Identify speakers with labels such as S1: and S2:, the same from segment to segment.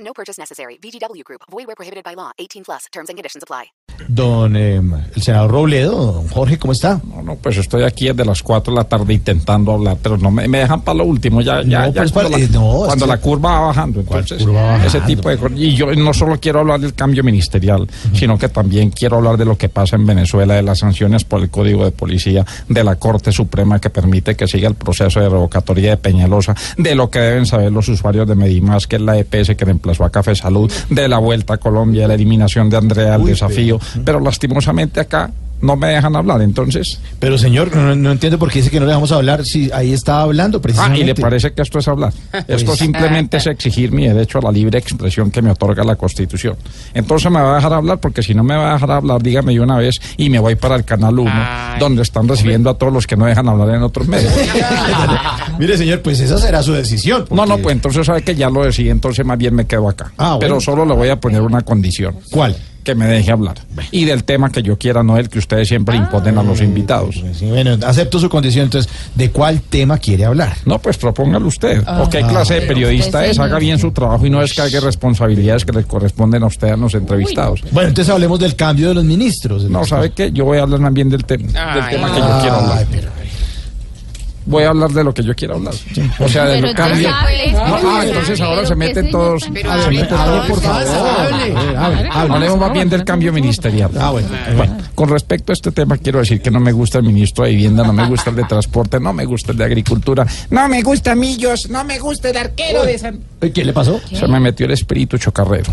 S1: No purchase necessary. VGW Group. Void where prohibited by law. 18 plus. Terms and conditions apply.
S2: Don eh, el senador Robledo, don Jorge, ¿cómo está?
S3: No, no, pues estoy aquí desde las 4 de la tarde intentando hablar, pero no me, me dejan para lo último. Ya, ya,
S2: No,
S3: ya
S2: pues,
S3: cuando
S2: para-
S3: la,
S2: eh, no,
S3: cuando
S2: es que-
S3: la curva va bajando, entonces
S2: curva va
S3: ese
S2: bajando?
S3: tipo de cosas. Y yo no solo quiero hablar del cambio ministerial, sino que también quiero hablar de lo que pasa en Venezuela, de las sanciones por el Código de Policía, de la Corte Suprema que permite que siga el proceso de revocatoria de Peñalosa, de lo que deben saber los usuarios de Medimás, que es la EPS que reemplazó a Café Salud, de la Vuelta a Colombia, de la eliminación de Andrea, el desafío. Pero lastimosamente acá no me dejan hablar, entonces...
S2: Pero señor, no, no entiendo por qué dice que no le vamos a hablar si ahí estaba hablando
S3: Ah,
S2: precisamente.
S3: y le parece que esto es hablar. Esto simplemente es exigir mi derecho a la libre expresión que me otorga la Constitución. Entonces me va a dejar hablar, porque si no me va a dejar hablar, dígame de una vez y me voy para el Canal 1, donde están recibiendo a todos los que no dejan hablar en otros medios.
S2: Mire, señor, pues esa será su decisión.
S3: No, no,
S2: porque-
S3: pues entonces sabe que ya lo decidí, entonces más bien me quedo acá.
S2: Ah, bueno.
S3: Pero solo le voy a poner una condición.
S2: ¿Cuál?
S3: Que me deje hablar. Y del tema que yo quiera, no el que ustedes siempre imponen a los invitados.
S2: Pues sí, bueno, acepto su condición, entonces, ¿de cuál tema quiere hablar?
S3: No, pues propóngalo usted.
S2: Ah,
S3: ¿O qué clase de periodista
S4: usted,
S3: es? Haga
S4: señor.
S3: bien su trabajo y no descargue responsabilidades que le corresponden a usted a los entrevistados.
S2: Bueno, entonces hablemos del cambio de los ministros. de
S3: No,
S2: los-
S3: ¿sabe qué? Yo voy a hablar más bien del, tema, del
S4: Ay,
S3: tema que yo
S2: Ay,
S3: quiero hablar.
S2: pero-
S3: Voy a hablar de lo que yo quiero hablar. O sea, de lo
S4: Pero
S3: cambio.
S4: entonces hable.
S3: Ah, ah,
S4: Pero
S3: entonces
S4: sabe
S3: ahora
S4: lo
S3: se
S4: que
S3: meten
S4: señor
S3: todos.
S4: tan- Pero
S3: se
S4: hable,
S3: meten
S2: hable,
S3: todos.
S2: por favor. Eh, hable, hable.
S3: Hablemos más bien del cambio ministerial.
S2: Ah, bueno.
S3: Bueno, con respecto a este tema, quiero decir que no me gusta el ministro de Vivienda, no me gusta el de Transporte, no me gusta el de Agricultura, no me gusta Millos, no me gusta el arquero de San...
S2: Eh, ¿Qué le pasó?
S3: Se me metió el espíritu chocarrero.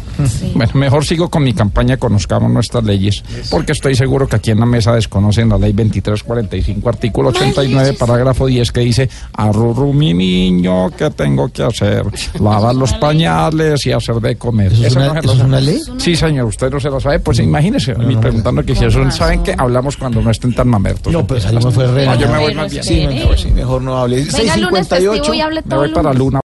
S3: Bueno, mejor sigo con mi campaña Conozcamos Nuestras Leyes, porque estoy seguro que aquí en la mesa desconocen la ley 2345, artículo 89, parágrafo 10, que dice, arrurú mi niño, ¿qué tengo que hacer? Lavar los pañales y hacer de comer.
S2: ¿Eso es
S3: Esa
S2: una,
S3: no se
S2: eso
S3: la
S2: es
S3: sabe.
S2: una ley?
S3: Sí, señor, usted no se lo sabe, pues imagínese, a mí preguntando que si eso, ¿saben que hablamos cuando no estén tan mamertos?
S2: No, pero salimos fue re.
S3: Ah, yo me voy
S4: Pero
S3: más bien.
S2: Sí, mejor no hable.
S4: Venga, lunes festivo
S2: 6:58.
S4: y hable
S3: Me
S4: todo
S3: voy
S4: el
S3: para
S4: lunes.
S3: Luna.